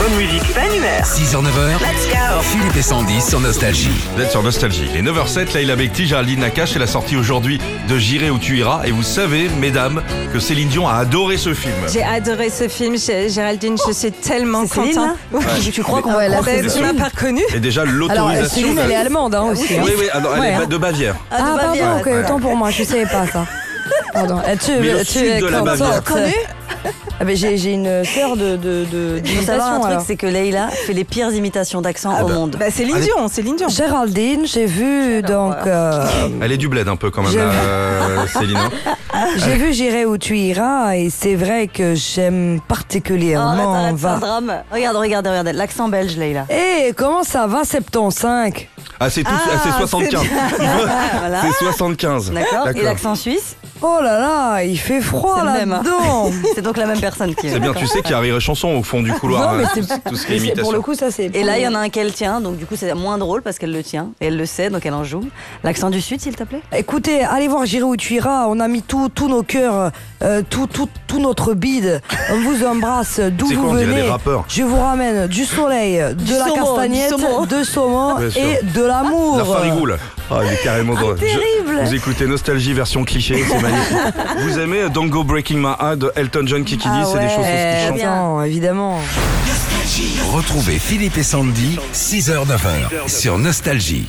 Bonne musique, bonne humeur. 6h-9h, Let's go. Philippe et Sandy sur Nostalgie. Vous êtes sur Nostalgie. Les 9h07, Laila Bekti, Géraldine Nakache, c'est la sortie aujourd'hui de J'irai où tu iras. Et vous savez, mesdames, que Céline Dion a adoré ce film. J'ai adoré ce film, Gé- Géraldine, je suis tellement C'est Céline, hein contente. là Tu crois qu'on va Ouais, la la tête, Bien on sûr. n'a pas reconnu. Et déjà, Alors, euh, l'autorisation. Céline, de- elle est allemande hein, aussi. hein. Oui, oui, alors, elle Ouais, est hein. de Bavière. Ah, bah bien. pardon, ok, autant pour moi, je savais pas ça. Pardon. Ah, tu, Mais au tu sud es de la contente. Bavière. Ah, ben, J'ai j'ai une sœur de, de, de Il faut savoir un d'imitation, truc, alors. c'est que Leïla fait les pires imitations d'accent au monde. Bah, c'est Dion, c'est Dion. Géraldine, j'ai vu donc euh, Elle est du bled un peu quand même, Je- euh, Céline. hein. j'ai vu J'irai où tu iras et c'est vrai que j'aime Oh, arrête, particulièrement arrête, c'est un va. drame. Regarde, regarde, regarde. L'accent belge, Leïla. Eh comment ça va 75 Ah, c'est tout, ah, c'est 75. voilà. C'est 75. D'accord. Et l'accent suisse, Oh là là, il fait froid C'est le même, hein. là-dedans. c'est donc la même personne qui est. C'est bien, tu sais qu'il y a rire et chanson au fond du couloir. Non, mais hein, c'est- tout- tout ce qui est Mais c'est- imitation. pour le coup ça c'est. Et là, il y en a un qu'elle tient, donc du coup, c'est moins drôle parce qu'elle le tient. Et elle le sait, donc elle en joue. L'accent du Sud, s'il te plaît Écoutez, allez voir J'irai où tu iras. On a mis tout, tout nos cœurs, euh, tout, tout, tout notre bide. On vous embrasse d'où C'est vous quoi, on dirait venez. des rappeurs. Je vous ramène du soleil, de la saumon, castagnette, du saumon. de saumon Bien sûr. et de l'amour. La farigoule. Ah, il est carrément drôle. Je- vous écoutez Nostalgie version cliché, c'est magnifique. vous aimez Dango Breaking My Heart de Elton John Kikidi, Ah c'est des ouais, choses qui chantent. attends, évidemment. Retrouvez Philippe et Sandy, 6h-9h sur Nostalgie.